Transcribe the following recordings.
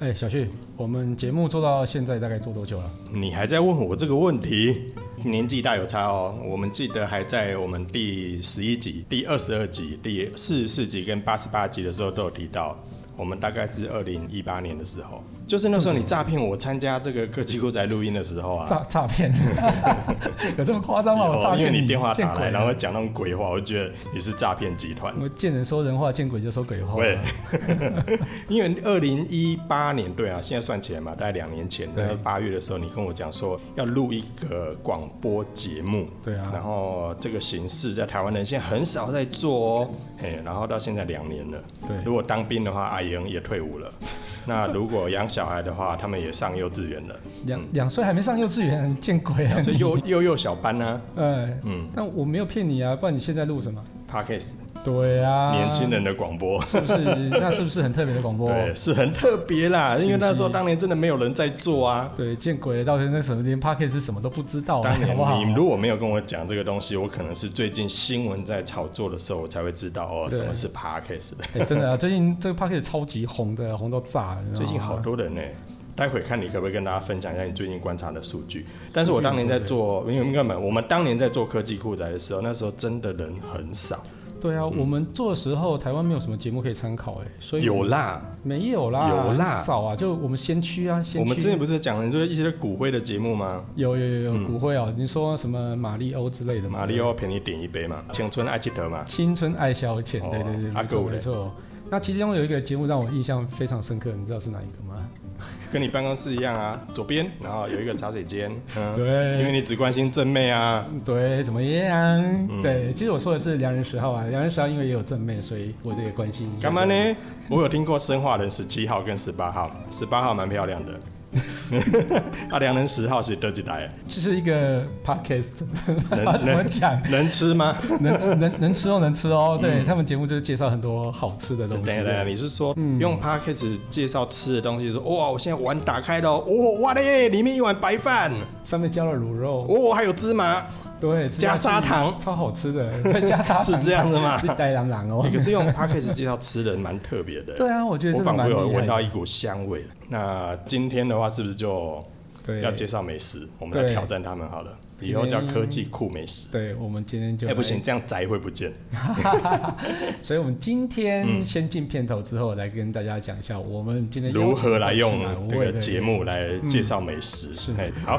哎，小旭，我们节目做到现在大概做多久了？你还在问我这个问题？年纪大有差哦。我们记得还在我们第十一集、第二十二集、第四十四集跟八十八集的时候都有提到，我们大概是二零一八年的时候，就是那时候你诈骗我参加这个科技酷宅录音的时候啊。哦诈诈骗， 有这么夸张吗？我诈因为骗你电话打见鬼啊哦来，然后了！讲那种鬼话，我就觉得你是诈骗集团。我见人说人话，见鬼就说鬼话。喂， 因为二零一八年对啊，现在算起来嘛，大概两年前，对在八月的时候，你跟我讲说要录一个广播节目，对啊然后这个形式在台湾人现在很少在做哦，嘿，然后到现在两年了，对如果当兵的话，阿莹也退 伍了，那如果养小孩的话，他们也上幼稚园 了，两两岁还没上幼稚园，见鬼啊！所以幼幼幼小班呢、哎，嗯但我没有骗你啊，不然你现在录什么？ ，Parkes 对啊，哦年轻人的广播。是不是？那是不是很特别的广播？对，是很特别啦，因为那时候当年真的没有人在做啊。 对，见鬼了！到底那什么连 p o c k e t 是什么都不知道、啊，当好不好？年你如果没有跟我讲这个东西，我可能是最近新闻在炒作的时候，我才会知道哦，对什么是 podcast 的。哎、真的啊，最近这个 p o c k e t 超级红的，红到炸了。你知道吗最近好多人呢、待会看你可不可以跟大家分享一下你最近观察的数据。但是我当年在做，因为根本我们当年在做科技酷宅的时候，那时候真的人很少，对啊，我们做的时候台湾没有什么节目可以参考、哎，所以嗯有啦。没有啦，有啦很少啊，就我们先驱啊，先驱。我们之前不是讲了就是一些骨灰的节目吗？有有有有、骨灰哦，你说什么马里欧之类的嘛？马里奥陪你点一杯嘛，青春爱记 得嘛，青春爱消遣，哦对对对，啊没错各位没错。那其中有一个节目让我印象非常深刻，你知道是哪一个吗？跟你办公室一样啊，左边然后有一个茶水间，嗯，因为对你只关心正妹啊，对，怎么样？对，其实我说的是良人十号啊，良人十号因为也有正妹，所以我这也关心一下。干嘛？呢？我有听过生化人十七号跟十八号，十八号蛮漂亮的。啊，良人十号是得几台？这是一个 podcast，能他怎么讲？能吃吗？能吃能能吃哦，能吃哦。对、他们节目就是介绍很多好吃的等东一西。嗯下等一下，你是说用 p a c k a g e 介绍吃的东西，说哇，我现在碗打开了哦，哦哇嘞，里面一碗白饭，上面加了卤肉，哦，还有 芝麻，对，吃加下砂去糖，超好吃的， 加砂糖是这样的吗 是？呆郎郎哦 欸。可是用 p a c k a g e 介绍吃的蛮特别的。对啊，我觉得我真的仿佛蛮厉害有的。闻到一股香味。那今天的话，是不是就对要介绍美食？我们来对挑战他们好了，今以后叫天科技酷美食。对，我们今天就哎、来不行，，这样宅会不见。所以我们今嗯天先进片头之后，来跟大家讲一下我们今天如何来用这这个节目来介绍美食？是哎，好。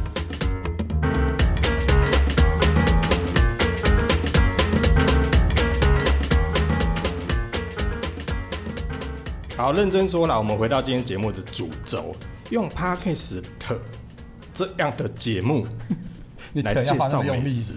好，认真说了，我们回到今天节目的主轴，用 podcast 这样的节目你来可能介要发那绍么用美力，食，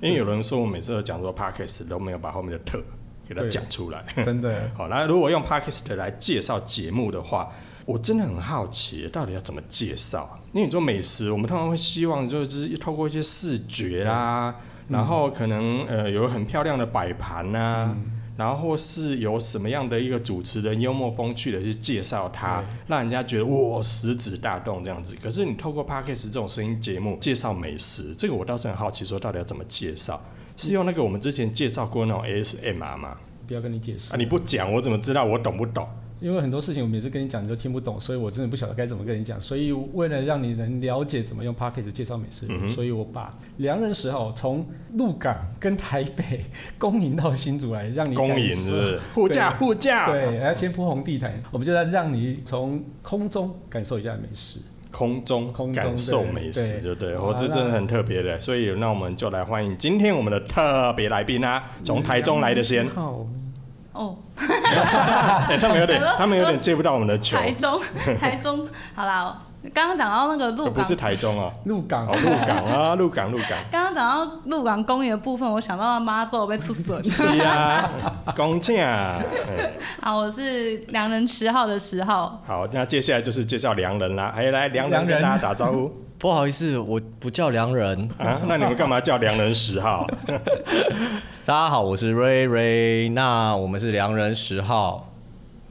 因为有人说我每次都讲说 podcast 都没有把后面的特给它对讲出来。真的。好，那如果用 Podcast 来介绍节目的话，我真的很好奇，到底要怎么介绍啊？因为你做美食，我们通常会希望就是透过一些视觉啦，然后可能呃有很漂亮的摆盘呐。然后或是有什么样的一个主持人幽默风趣的去介绍它，让人家觉得哇食指大动这样子。可是你透过 podcast 这种声音节目介绍美食，这个我倒是很好奇，说到底要怎么介绍？是用那个我们之前介绍过那种 ASMR 吗？不要跟你解释啊，你不讲我怎么知道我懂不懂？因为很多事情我每次跟你讲你都听不懂，所以我真的不晓得该怎么跟你讲。所以为了让你能了解怎么用 p a c k a g e 介绍美食，嗯所以我把良人十号从鹿港跟台北 恭迎到新竹来，让你公感营受是不是？护驾护驾，对，还要先铺红地毯，我们就要让你从空中感受一下美食。空中空中感受美食，对对不对？好哦，这那真的很特别的，所以那我们就来欢迎今天我们的特别来宾啊，从台中来的先，好，哦，哎，他们有 点我说他们有点接不到我们的球，台 中，台中，好啦，刚刚讲到那个呃鹿不港是，台中哦，鹿港哦，鹿港啊，鹿港鹿港。刚刚讲到鹿港公园的部分，我想到妈祖被 出损。是呀，恭敬啊！哎好，我是良人十号的十号，好，那接下来就是介绍良人啦。哎，来，良人良人跟大家打招呼。不好意思，我不叫良人。啊，那你们干嘛叫良人十号？大家好，我是瑞瑞。那我们是良人十号。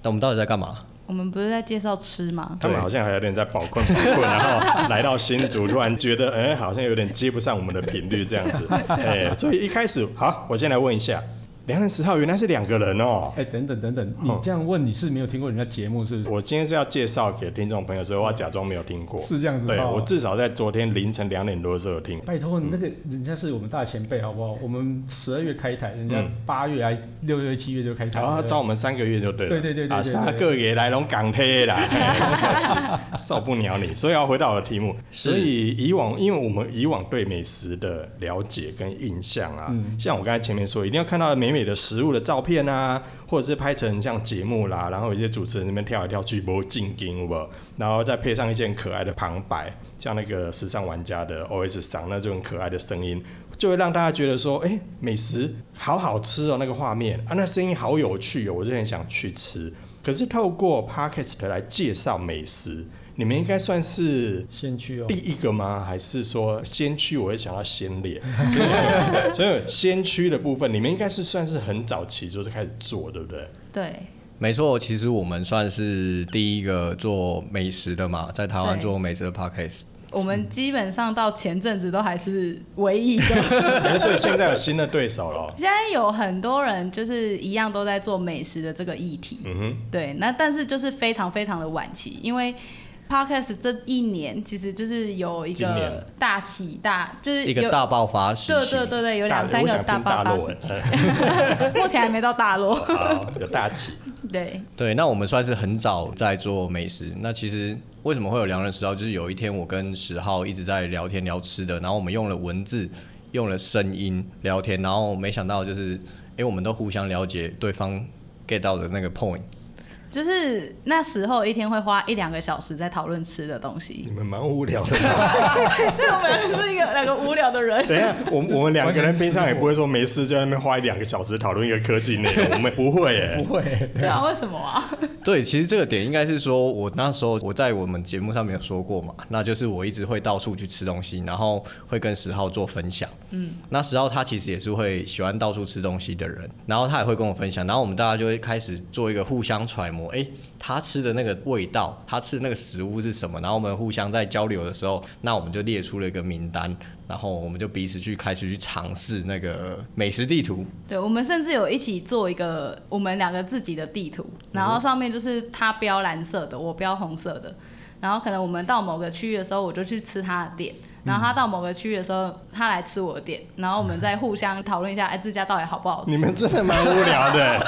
那我们到底在干嘛？我们不是在介绍吃吗？他们好像还有点在饱困饱困，然后来到新竹，突然觉得哎、好像有点接不上我们的频率这样 子。哎、所以一开始好，我先来问一下，良人十号原来是两个人哦、 哎，等等等等，你嗯这样问你是没有听过人家节目是不是？我今天是要介绍给听众朋友，所以我要假装没有听过。是这样子对哦我至少在昨天凌晨两点多的时候有听。拜托，那个人家是我们大前辈，好不好？我们十二月开台，人家嗯八月还六月、七月就开台然了。后他对哦招我们三个月就对了，对对对对啊，对对三个月来拢港铁 啦，嘿受不了你，所以要回到我的题目。是所以以往，因为我们以往对美食的了解跟印象啊，嗯像我刚才前面说，一定要看到美美的食物的照片啊，或者是拍成像节目啦，然后有一些主持人在那边跳来跳去，不进京不，然后再配上一件可爱的旁白，像那个时尚玩家的 OS 上那种可爱的声音，就会让大家觉得说，哎、美食好好吃哦，那个画面啊，那声音好有趣哦，我就很想去吃。可是透过 podcast 来介绍美食，你们应该算是先去哦 第。一个吗？还是说先驱？我会想到先烈， 所以所以先驱的部分，你们应该是算是很早期就是开始做，对不对？对，没错，其实我们算是第一个做美食的嘛，在台湾对做美食的 podcast。我们基本上到前阵子都还是唯一一个。 哎所以现在有新的对手了。现在有很多人就是一样都在做美食的这个议题，嗯哼，对，那但是就是非常非常的晚期，因为 podcast 这一年其实就是有一今年个大起大，就是一个有大爆发时对期。对对对，有大两三我个想大欸听大爆发陆时文，期，嗯 目前还没到大陆。好，有大起，对，对那我们算是很早在做美食。那其实为什么会有良人十号？就是有一天我跟十号一直在聊天聊吃的，然后我们用了文字，用了声音聊天，然后没想到就是，哎、我们都互相了解对方 get 到的那个 point。就是那时候一天会花一两个小时在讨论吃的东西 你。们蛮无聊的。对，我们俩是一个两个无聊的人。等一下，我 我们两个人平常也不会说没事就在那边花一两个小时讨论一个科技内容，我们不会耶不。会，对啊，为什么啊？对，其实这个点应该是说，我那时候我在我们节目上面有说过嘛，那就是我一直会到处去吃东西，然后会跟十号做分享。嗯，那十号他其实也是会喜欢到处吃东西的人，然后他也会跟我分享，然后我们大家就会开始做一个互相揣摩，诶，他吃的那个味道，他吃的那个食物是什么，然后我们互相在交流的时候，那我们就列出了一个名单，然后我们就彼此去开始去尝试那个美食地图。。对，我们甚至有一起做一个我们两个自己的地图，嗯然后上面就是他标蓝色的，我标红色的。然后可能我们到某个区域的时候，我就去吃他的店，然后他到某个区域的时候，他来吃我的店，然后我们再互相讨论一下，哎，这家到底好不好吃？你们真的蛮无聊 的，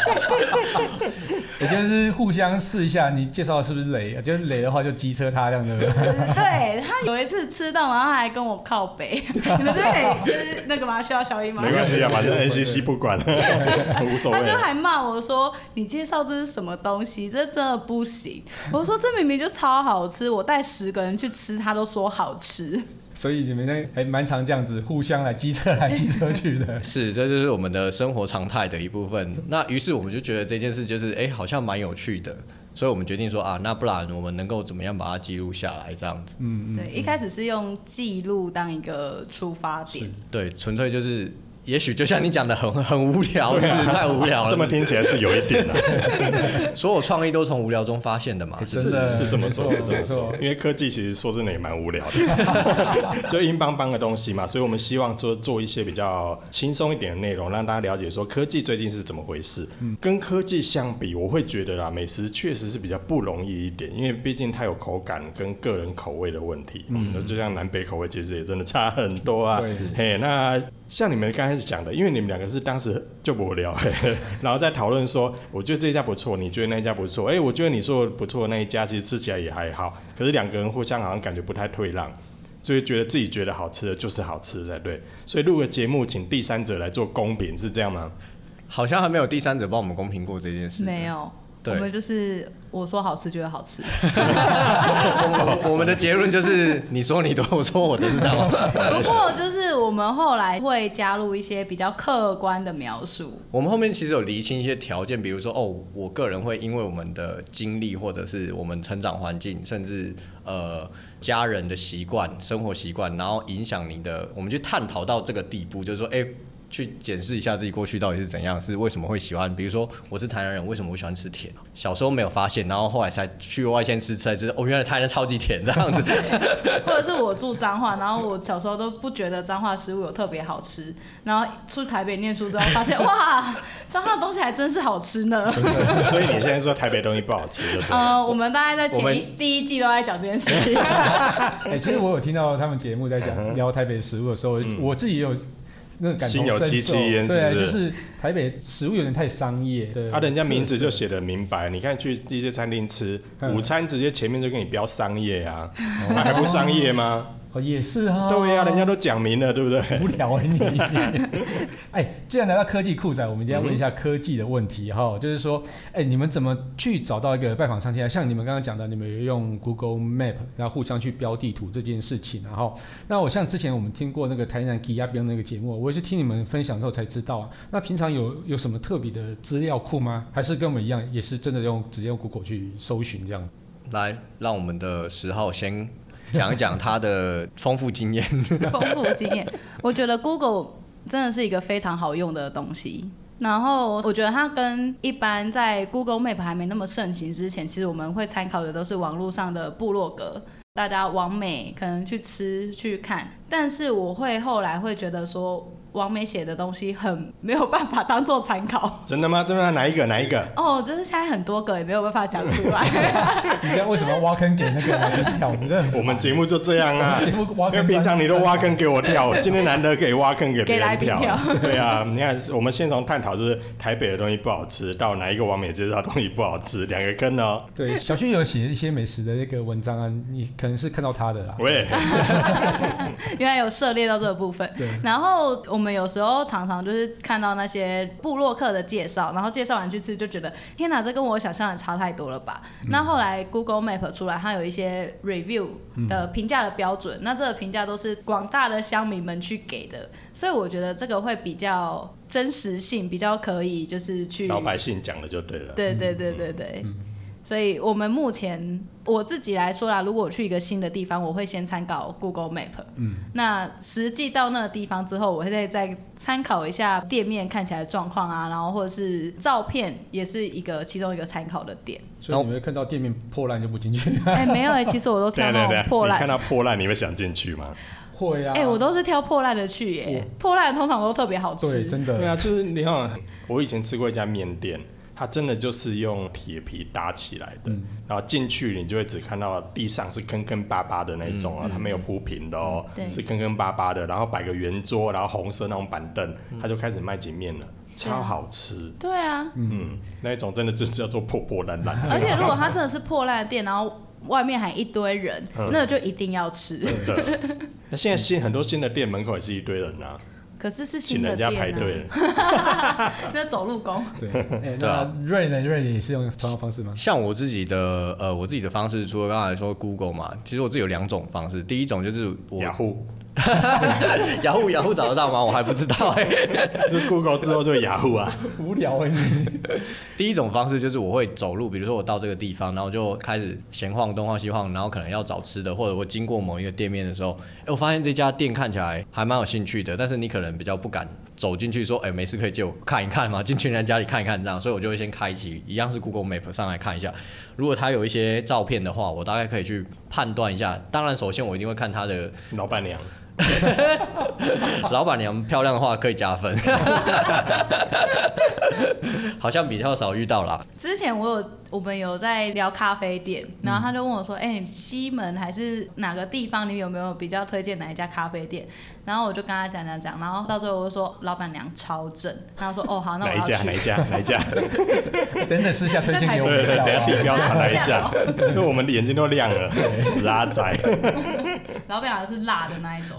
也哎就是互相试一下，你介绍的是不是雷？啊就是雷的话就机车他这样对不对？ 对他有一次吃到，然后他还跟我靠 背，你们就可以就是那个嘛，需要消音吗？没关系啊，反正 NCC 不管，无所他谓就。还骂我说：“你介绍这是什么东西？这真的不行。”我说：“这明明就超好吃，我带十个人去吃，他都说好吃。 所以你们那还蛮常这样子互相来机车来机车去的是，这就是我们的生活常态的一部分。那于是我们就觉得这件事就是，哎、好像蛮有趣的，所以我们决定说啊，那不然我们能够怎么样把它记录下来，这样子。嗯对，一开始是用记录当一个出发点，对，纯粹就是，也许就像你讲的很，很无聊，是太无聊了。啊这么听起来是有一点啊的、所有创意都从无聊中发现的嘛。哎 是真的是是这么说，没是错这么说没错。因为科技其实说真的也蛮无聊的，就硬邦邦的东西嘛，所以我们希望做做一些比较轻松一点的内容，让大家了解说科技最近是怎么回事。跟科技相比，我会觉得啦，美食确实是比较不容易一点，因为毕竟它有口感跟个人口味的问题。嗯，就像南北口味其实也真的差很多啊对。嘿，那像你们刚开始讲的，因为你们两个是当时就无聊， 嘿嘿然后再讨论说，我觉得这家不错，你觉得那一家不错，哎、我觉得你说的不错的那一家，其实吃起来也还好，可是两个人互相好像感觉不太退让，所以觉得自己觉得好吃的就是好吃的才对，所以录个节目请第三者来做公平是这样吗？ 好像还没有第三者帮我们公平过这件事。没。有。我对们就是我说好吃就会 好吃。我我我们的结论就是，你说你的，我说我的，知道吗？不过就是我们后来会加入一些比较客观的描述，我们后面其实有厘清一些条件，比如说哦，我个人会因为我们的经历，或者是我们成长环境，甚至呃家人的习惯、生活习惯，然后影响你的，我们去探讨到这个地步，就是说，哎、去检视一下自己过去到底是怎样，是为什么会喜欢，比如说我是台南人，为什么我喜欢吃甜？小时候没有发现，然后后来才去外县吃才知道，哦，原来台南超级甜这样子。 或者是我住彰化，然后我小时候都不觉得彰化食物有特别好吃，然后去台北念书之后发现，哇，彰化的东西还真是好吃呢。所以你现在说台北东西不好吃，对不对？呃，我们大概在我前们一第一季都在讲这件事情。 哎、其实我有听到他们节目在讲聊台北食物的时候，我自己也有那种感心同有身戚受戚焉是不对，啊是就是台北食物有点太商业。对，啊，人家名字就特色写的明白，你看去一些餐厅吃嗯午餐，直接前面就跟你标商业啊，那还不商业吗？哦，也是哈、对呀，人家都讲明了，对不对？ 无聊哎、你。哎，既然来到科技酷仔，我们一定要问一下科技的问题哈、就是说，哎，你们怎么去找到一个拜访商店啊？像你们刚刚讲的，你们有用 Google Map，然后互相去标地图这件事情啊，然后，那我像之前我们听过那个台南 g i a 那个节目，我也是听你们分享之后才知道啊。那平常有有什么特别的资料库吗？还是跟我们一样，也是真的用直接用 Google 去搜寻这样？来，让我们的十号先讲一讲他的 丰富经验。丰富经验。我觉得 Google 真的是一个非常好用的东西。然后我觉得它跟一般在 Google Map 还没那么盛行之前，其实我们会参考的都是网络上的部落格，大家往美可能去吃去看。但是我会后来会觉得说，网美写的东西很没有办法当做参考。真的吗？真的吗哪一个哪一个？哦，就是现在很多个也没有办法讲出来。你知道为什么要挖坑给那个人跳？你真的很。我们节目就这样啊节目挖因为坑，平常你都挖坑给我跳，今天难得可以挖坑给别给来人宾跳跳。 对啊，你看，我们先从探讨就是台北的东西不好吃，到哪一个网美介绍东西不好吃，两个坑哦。 对，小旭有写一些美食的那个文章啊，你可能是看到他的啦。喂，原来有涉猎到这个部分对。然后我们有时候常常就是看到那些部落客的介绍，然后介绍完去吃就觉得，天哪，这跟我想象的差太多了吧？那后来 Google Map 出来，它有一些 review 的评价的标准，那这个评价都是广大的乡民们去给的，所以我觉得这个会比较真实性，比较可以就是去老百姓讲的嗯就对了。对对对对对。所以我们目前我自己来说啦，如果我去一个新的地方，我会先参考 Google Map。嗯，那实际到那个地方之后，我会再再参考一下店面看起来的状况啊，然后或者是照片，也是一个其中一个参考的 点。所以你们会看到店面破烂就不进去。 哎、没有哎、其实我都对挑那对种对，破你看烂。到破烂，你会想进去吗？会啊，哎、我都是挑破烂的去耶、破烂通常都特别好吃对，。真 对的。啊，就是你看，我以前吃过一家面店，它真的就是用铁皮搭起来的，然后进去你就会只看到地上是坑坑巴巴的那一种啊，它没有铺平的哦，嗯对是坑坑巴巴的，然后摆个圆桌，然后红色那种板凳，它就开始卖起面了，对超啊好吃。对啊，嗯，那一种真的就叫做破破烂烂， 而且如果它真的是破烂的店，然后外面还一堆人，嗯那就一定要吃。真的。 那现在新很多新的店门口也是一堆人啊，可是是新请的人店、家啊，排队了。 那走路工。对，哎，对那啊瑞呢？瑞也是用同样的方式吗？像我自己的呃，我自己的方式，除了刚才说 Google 嘛，其实我自己有两种方式。第一种就是我雅虎，雅虎雅虎找得到吗？我还不知道哎、就是 Google 之后就雅虎啊。无聊欸哎，你第一种方式就是我会走路，比如说我到这个地方，然后就开始闲晃东晃西晃，然后可能要找吃的，或者我经过某一个店面的时候，哎、我发现这家店看起来还蛮有兴趣的，但是你可能比较不敢走进去说，哎、没事可以借我看一看嘛，进去人家家里看一看这样，所以我就会先开启一样是 Google Map 上来看一下，如果他有一些照片的话，我大概可以去判断一下。当然，首先我一定会看他的老板娘，老板娘漂亮的话可以加分， 好像比较少遇到啦。之前我有我们有在聊咖啡店，嗯然后他就问我说：“哎、你西门还是哪个地方？你有没有比较推荐哪一家咖啡店？”然后我就跟他讲讲讲，然后到最后我就说老板娘超正，然后说：“哦， 好，那我哪一要家？哪一去。家？哪一家？等等私下推荐给我们对一对，下等一下 地啊。标查一下， 因为我们的眼睛都亮了，死阿仔。”老板娘是辣的那 一种，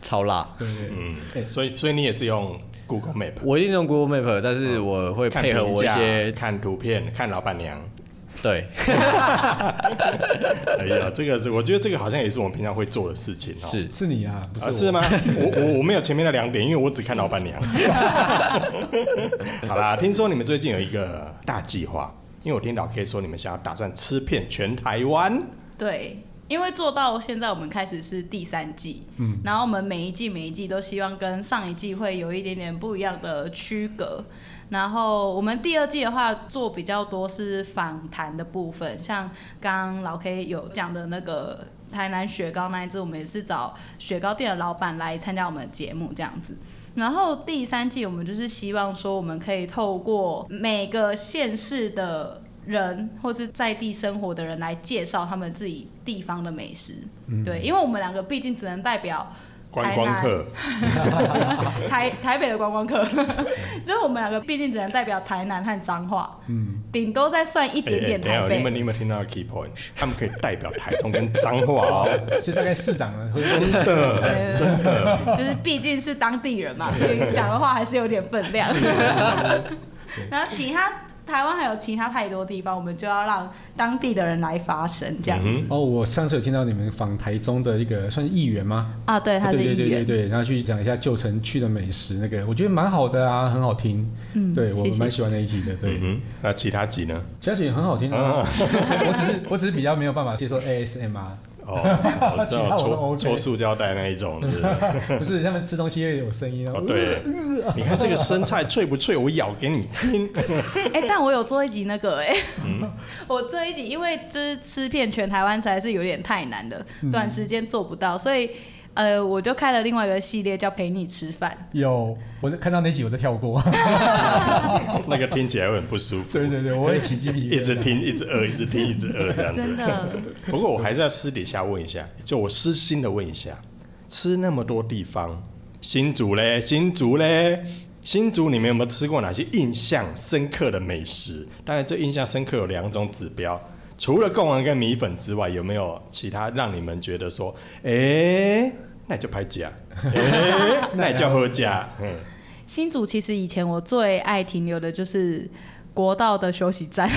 超辣，对哎对，对嗯，所以所以你也是用 Google Map 我一定用 Google Map，但是我会嗯看 配合评我一价些看图片、看老板娘，对，哎呀，这个是我觉得这个好像也是我们平常会做的事情哦。是是你啊，不是啊，我。是吗？我我我没有前面那两点，因为我只看老板娘。 好啦，听说你们最近有一个大计划，因为我听老 K 说你们想要打算吃遍全台湾。对，因为做到现在，我们开始是第三季，嗯，然后我们每一季每一季都希望跟上一季会有一点点不一样的区隔。然后我们第二季的话，做比较多是访谈的部分，像刚刚老 K 有讲的那个台南雪糕那一支，我们也是找雪糕店的老板来参加我们的节目这样子。然后第三季我们就是希望说，我们可以透过每个县市的人或是在地生活的人来介绍他们自己地方的美食。对，因为我们两个毕竟只能代表嗯观光客， 台台北的观光客， 就是我们两个毕竟只能代表台南和彰化，嗯，顶多再算一哎点哎点等一下台哦，你们北。你们听到的 key point，他们可以代表台中跟彰化哦。是大概市长了，或者是对对对，就是毕竟是当地 人嘛，所以讲的话还是有点分量。 然后其他台湾还有其他太多地方，我们就要让当地的人来发声这样嗯子、哦，我上次有听到你们访台中的一个算是议员吗？啊。对，他是对对议对对员。对，然后去讲一下旧城区的美食，那个我觉得蛮好的啊，很好听，嗯对我谢谢蛮喜欢那一集的，对嗯，哼，那其他集呢？其他集也很好听啊， 我只是我只是比较没有办法接受 ASM 啊，哦，我知 其道他我都搓 OK 搓塑胶带那一种，是不是？不是他们吃东西也有声音哦哦，， 对，你看这个生菜脆不脆？我咬给你听。哎、但我有做一集那个哎、嗯 我做一集，因为就是吃遍全台湾实在是有点太难了，短时间做不到，所以呃，我就开了另外一个系列叫陪你吃饭。有我看到那集我都跳过， 那个听起来会很不舒服。对对对，我也起鸡皮一直疙瘩，听，一直饿，一直听，一直饿这样真子。的，不过我还是要私底下问一下，就我私心的问一下，吃那么多地方，新竹嘞，新竹嘞，新竹你们有没有吃过哪些印象深刻的美食？当然，这印象深刻有两种指标，除了贡丸跟米粉之外，有没有其他让你们觉得说，哎、那你就拍假，哎、 那你就喝假，嗯， 新竹其实以前我最爱停留的就是国道的休息站，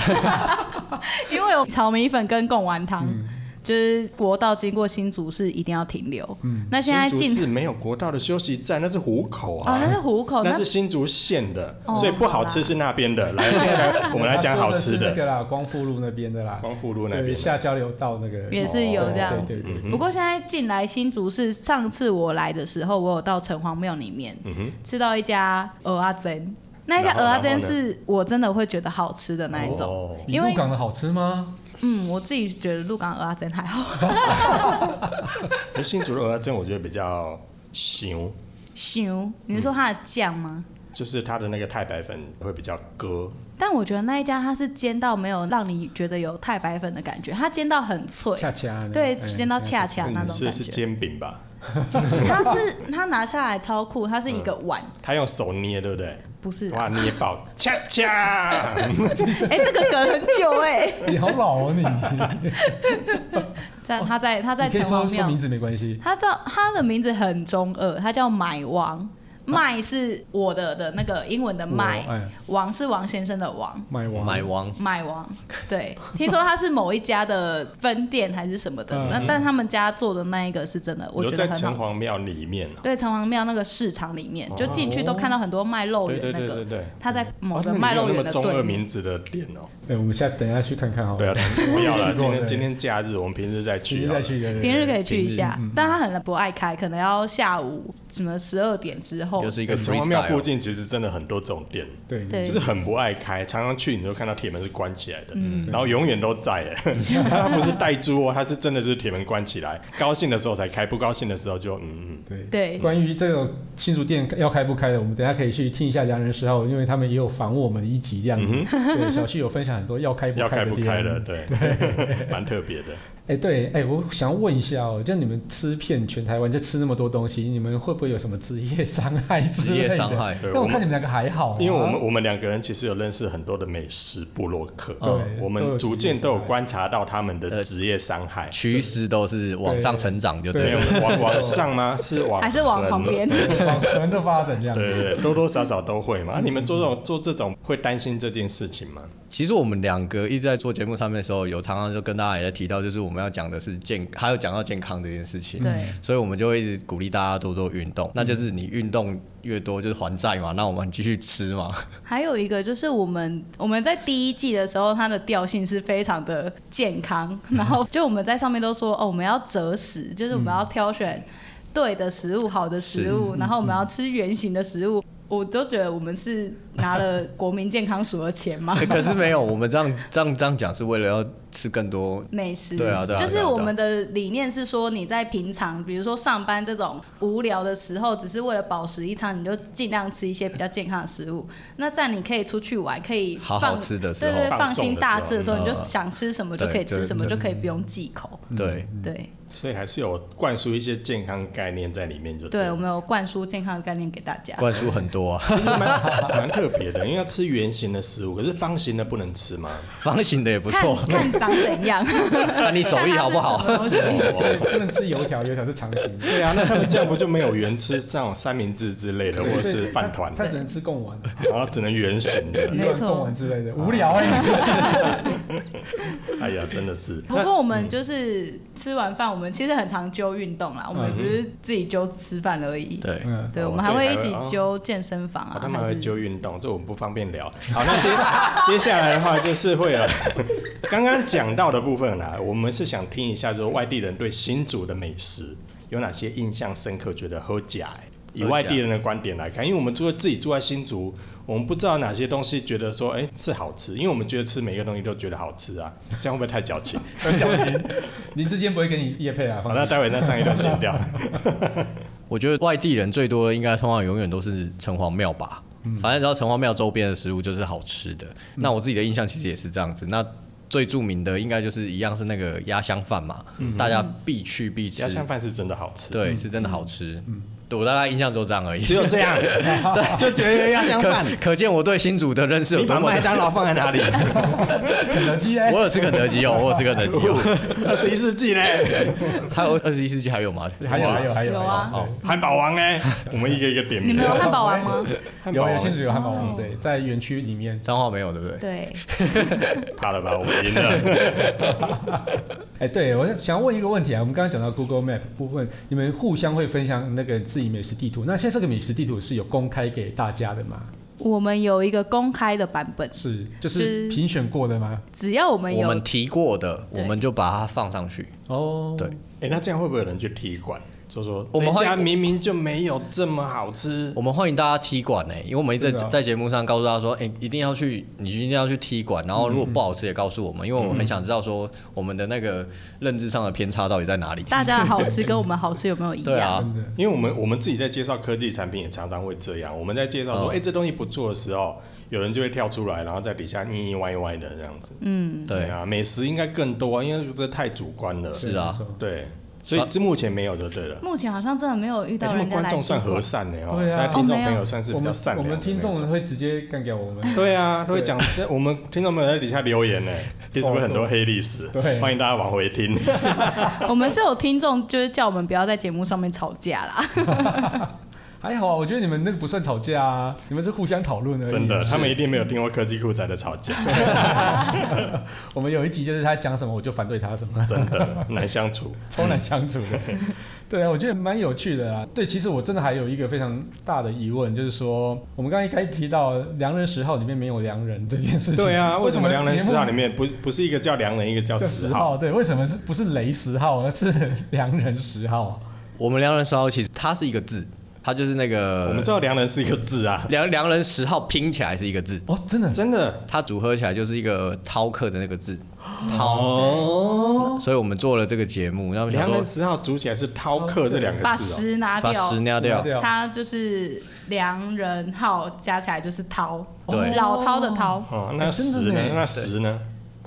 因为有炒米粉跟贡丸汤。就是国道经过新竹是一定要停留，那现在新竹进市没有国道的休息站，那是虎口啊哦，那是虎口，那那是新竹县的，哦所以不好吃是那边的。来，现在 来我们来讲他说好吃的是那的，个啦，光复路那边的啦，光复路那对，边嗯的。下交流道那个哦也是有这样对子对对。不过现在进来新竹市，上次我来的时候，我有到城隍庙里面、嗯吃到一家蚵仔煎，那一家然蚵后仔然煎后呢是我真的会觉得好吃的那一种。哦，比鹿港的好吃吗？嗯，我自己觉得鹿港蚵仔煎还 好，那新竹的蚵仔煎我觉得比较香，香。你是说它的酱吗？嗯就是它的那个太白粉会比较割。但我觉得那一家它是煎到没有让你觉得有太白粉的感觉，它煎到很脆，恰恰呢对，嗯煎到恰恰那嗯，种是感哎是觉。煎饼吧？它是它拿下来超酷，它是一个碗，他用手捏，对不对？不是啊？哇，捏爆，恰恰。哎，这个隔很久哎。你好老哦你，在他在他 在你可以城隍说说庙名，字没关系，他叫他的名字很中二，他叫买啊王。麦是我的的那个英文的麦我哎，王是王先生的王，买完买王 麦王。对，听说他是某一家的分店还是什么的，那但他们家做的那一个是真的， 嗯我你说觉得在很城好隍吃。庙里面啊，对，城隍庙那个市场里面，就进去都看到很多卖肉对圆对那对对个，嗯对。他在某哦，那个你卖有肉那圆么的中对二面名字的店哦？哎，我们下等一下去看看好对了。啊，不要了，去今过天 对今天假日我们平时再平去哦日好了再。去，对对对平日可以去一平日嗯下，但他很不爱开，可能要下午什么十二点之后又。是一个欸城隍庙附 freestyle，近其实真的很多这种店，对对就是很不爱开，常常去你就看到铁门是关起来的，嗯嗯然后永远都在。 欸他不是带猪哦，他是真的就是铁门关起 来，高兴的时候才开，不高兴的时候就嗯嗯。对。对，关于这个新竹店要开不开的，我们等一下可以去听一下《良人十号》，因为他们也有访问我们一集这样子。对，小旭有分享很多要开不嗯要开开的不店。开了，对， 蛮特别的。哎、对，哎、我想问一下哦，就你们吃遍全台湾，就吃那么多东西，你们会不会有什么职业伤害之职类的？业伤。害。对但我我看你们们，两个还好、啊，因为我们我们两个人其实有认识很多的美食部落客，对我都有们逐渐职业都有伤害观察到他们的职业伤害。趋势都是往上成长就对对没有 了，往往上吗？是往还是往旁边。往人的发展这样。对对对，多多少少都会嘛。啊你们做这种做这种会担心这件事情吗？其实我们两个一直在做节目上面的时候，有常常就跟大家也在提到，就是我们要讲的是健，还有讲到健康这件事情。对，所以我们就会一直鼓励大家多做运动。嗯那就是你运动越多，就是还债嘛。那我们继续吃 嘛。还有一个就是我们我们在第一季的时候，它的调性是非常的健康，然后就我们在上面都说哦，我们要择食，就是我们要挑选对的食物、好的食物，然后我们要吃圆形的食物。我都觉得我们是拿了国民健康署的钱 嘛，欸 可是没有，我们这样这样这样讲是为了要吃更多。美食，对啊对啊就是对啊对啊我们的理念是说，你在平常，比如说上班这种无聊的时候，只是为了饱食一餐，你就尽量吃一些比较健康的食物。那在你可以出去玩，可以好放好吃的时候对对，对放放纵心的大时候吃的时候，你就嗯想吃什么就可以对吃对什么，对就可以不用忌口。嗯对，对所以还是有灌输一些健康概念在里面嗯就对，了我们有灌输健康的概念给大家。灌输很多啊， 其实蛮 蛮特别的，因为要吃圆形的食物，可是方形的不能吃吗？ 方形的也不看错。看长怎 样，看你手艺好不好？ 看它是什么东西不能吃油条，油条是长形的，对啊，那他们这样不就没有圆吃像三明治之类的，或者是饭团，他只能吃贡丸、然后只能圆形的。鱼没丸、错贡丸之类的，无聊哎。哎呀，真的是。不过我们就是吃完饭，我们其实很常揪运动啦，我们不是自己揪吃饭而已。嗯对，嗯，对，哦我们这还里会还一会起哦揪健身房好啊，他们还还会是揪运动，这我们不方便聊。好，那 接接下来的话就是会有 刚刚讲到的部分啦，我们是想听一下，就是外地人对新竹的美食有哪些印象深刻，觉得喝假、欸。以喝外假地人的观点来看，因为我们住自己住在新竹，我们不知道哪些东西觉得说，哎、是好吃，因为我们觉得吃每个东西都觉得好吃啊，这样会不会太矫 情？ 林志坚不会给你叶配啊，好，放那待会那上一段剪 掉。我觉得外地人最多的应该通常永远都是城隍庙吧。嗯反正只要城隍庙周边的食物就是好吃的。那我自己的印象其实也是这样子。那最著名的应该就是一样是那个鸭香饭嘛，大家必去必吃家。乡嗯饭是真的好吃，对，是真的好吃。对我大概印象只有这样而已只。有这 样，就只有家乡饭。可可见我对新竹的认识有你多把么麦的。当劳放在哪里？肯德基哎 我，有吃肯德基哦，我有吃肯德基 哦。二十一世纪嘞，还有二十一世纪还有吗？还有还有还有有啊， 汉堡王嘞，我们一个一个点你名 们。有汉堡王吗？汉堡有王有现在有汉堡王哦对，在园区里面。彰化没有，对不对？对，怕了吧？我们赢了。哎，对我想问一个问题啊，我们刚刚讲到 Google Map 部分，你们互相会分享那个自己美食地图，那现在这个美食地图是有公开给大家的吗？我们有一个公开的版本，是，就是是评选过的吗？只要我们我有们提过的，我对们就把它放上去。哦，对，哎，那这样会不会有人去踢馆？就说我们人家换一个明明就没有这么好吃我，们欢迎大家踢馆欸呢、因为我们一直真的啊在在节目上告诉大家说，哎、一定要去，你一定要去踢馆。然后如果不好吃也告诉我们，因为我很想知道说我们的那个认知上的偏差到底在哪里。 大家的好吃跟我们好吃有没有一对样？啊，真的。因为我们我们自己在介绍科技产品也常常会这样。我们在介绍说，嗯哎，这东西不错的时候，有人就会跳出来，然后在底下腻腻歪歪的这样子。嗯对，啊，美食应该更多啊，因为这太主观了。是啊没错对，所以这目前没有就对了。目前好像真的没有遇欸到他们人家观来众吃算和过。善的哦，对啊那听众哦没有朋友算是我比较们善我良的们听众那种会直接干掉我们。对啊，都会讲，我们听众朋友在底下留言呢，Facebook 很多黑历史对，欢迎大家往回听。我们是有听众，就是叫我们不要在节目上面吵架 啦。还好啊，我觉得你们那个不算吵架啊，你们是互相讨论而已。真的，他们一定没有听过科技酷仔的吵 架，我们有一集就是他讲什么我就反对他什么，真的难相处。超难相处 的。对啊，我觉得蛮有趣的啊。对，其实我真的还有一个非常大的疑问，就是说我们刚才一开始提到“良人十号”里面没有良人这件事情，对啊，为什么良人十号里面面不不是一个叫良人，一个叫叫十十号？号？对，为什么是不是雷十号，而是良人十号啊？我们良人十号其实它是一个字，它就是那个我们知道良人是一个字啊，良良人十号拼起来是一个字，哦，真的真的它组合起来就是一个饕客的那个字，饕。哦。所以我们做了这个节目，然后想良说人十号组起来是饕客这两把个字哦，十拿把掉，十拿掉拿。掉它就是良人号加起来就是涛，对老涛的涛。哦，真那的十呢呢？那十呢？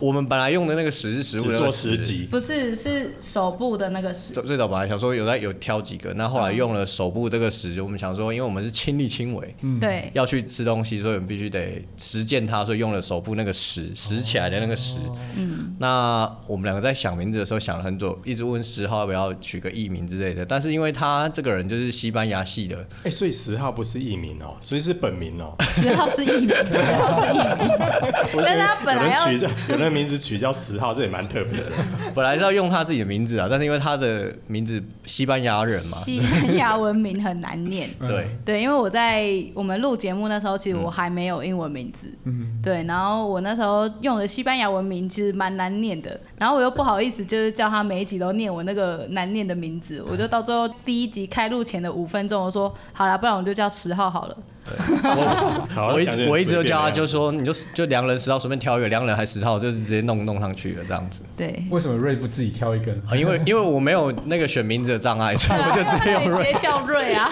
我们本来用的那个食是食物只的做食十，集，不是是手部的那个石，最最早本来想说有在有挑几个，那后来用了手部这个食，我们想说，因为我们是亲力亲为，对，要去吃东西，所以我们必须得实践它，所以用了手部那个石拾起来的那个石。嗯，那我们两个在想名字的时候想了很久，一直问十号要不要取个艺名之类的，但是因为他这个人就是西班牙系的，哎、所以十号不是艺名哦、所以是本名哦、十号是艺名，十号是艺 名，但是他本有来人要取叫，有人名字取叫十号，这也蛮特别的。本来是要用他自己的名字啊，但是因为他的名字西班牙人嘛，西班牙文名很难念，对，对，因为我在我们录节目那时嗯候，其实我还没有英文名字，嗯，对，然后我那时候用的西班牙文名其实蛮难念的，然后我又不好意思，就是叫他每一集都念我那个难念的名字，我就到最后第一集开录前的五分钟，我说好了，不然我就叫十号好了，我 好我一感直觉我一直很就随便啊叫的他样就说你就就良人十号随便挑一个，良人还十号就是直接弄弄上去了这样子。对，为什么瑞不自己挑一个呢？啊，因为因为我没有那个选名字的障碍，所以我就直接 用对瑞直接叫瑞啊，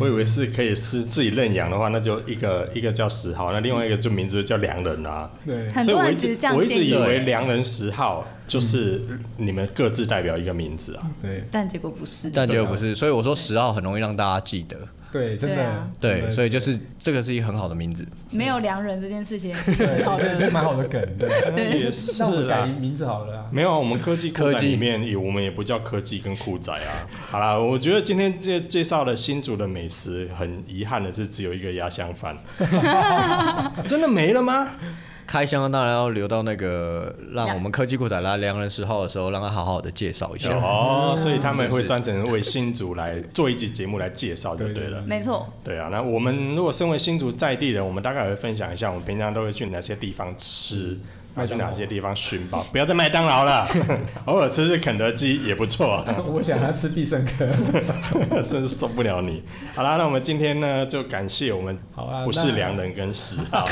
我以为是可以是自己认养的话，那就一个一个叫十号，那另外一个就名字就叫良人啊。对，很所以多我一人其实直这样我一直建以议我，为良人十号就是你们各自代表一个名字嗯啊。对，但结果不是，但结果不是，所以我说十号很容易让大家记得。对，真对的啊，对，所以以就是这个是一个很好的名字。没有良人这件事情也是对很，好这的，这蛮好的梗，对。 也是那我改啦。名字好了啊。没有啊，我们科技科科技技里面也我们也不叫科技跟酷仔 啊。好啦，我觉得今天介介绍了新竹的美食，很遗憾的是只有一个鸭香 饭，真的没了吗？开箱当然要留到那个让我们科技库仔来良人十号的时候，让他好好的介绍一啊下。哦，所以他们是会是专程为新竹来做一集节目来介绍就对了。没错，对啊，那我们如果身为新竹在地人，我们大概也会分享一下，我们平常都会去哪些地方吃，嗯然后去哪些地方寻宝。 不要在麦当劳了， 偶尔吃吃肯德基也不错、 我想要吃必胜客。真是受不了你。好啦，那我们今天呢，就感谢我们好啊不那是良人跟十号，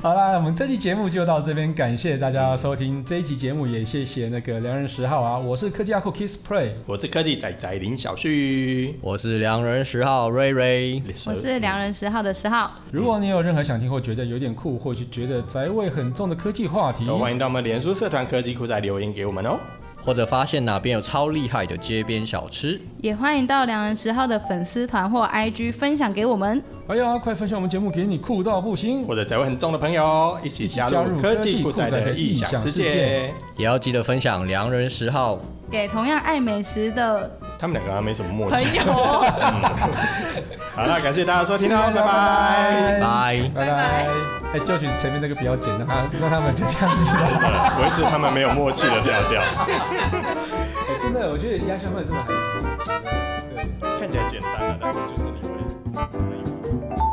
好啦，我们这期节目就到这边，感谢大家收听这一集节目，也谢谢那个良人十号啊，我是科技阿酷 Kiss Play， 我是科技仔仔林小旭，我是良人十号瑞瑞，我是良人十号的十号，如果你有任何想听或觉得有点酷，或是觉得宅味很重的科技话题，欢迎到我们脸书社团科技库仔留言给我们哦。或者发现哪边有超厉害的街边小吃，也欢迎到良人十号的粉丝团或 IG 分享给我们。哎呀，快分享我们节目给你酷到不行！或者宅味很重的朋友哦一起加加入入科科技技酷酷仔宅的的异异想想世世界界。也要记得分享良人十号。给同样爱美食的他们两个还没什么默朋契。友。好了，感谢大家收听哦，拜拜。拜拜拜拜！哎，就举前面那个比较简单啊，让他们就这样子啊。维持他们没有默契的调调，哎真的，我觉得鸭香饭真的还蛮好吃的。对。看起来简单了，但是就是你会。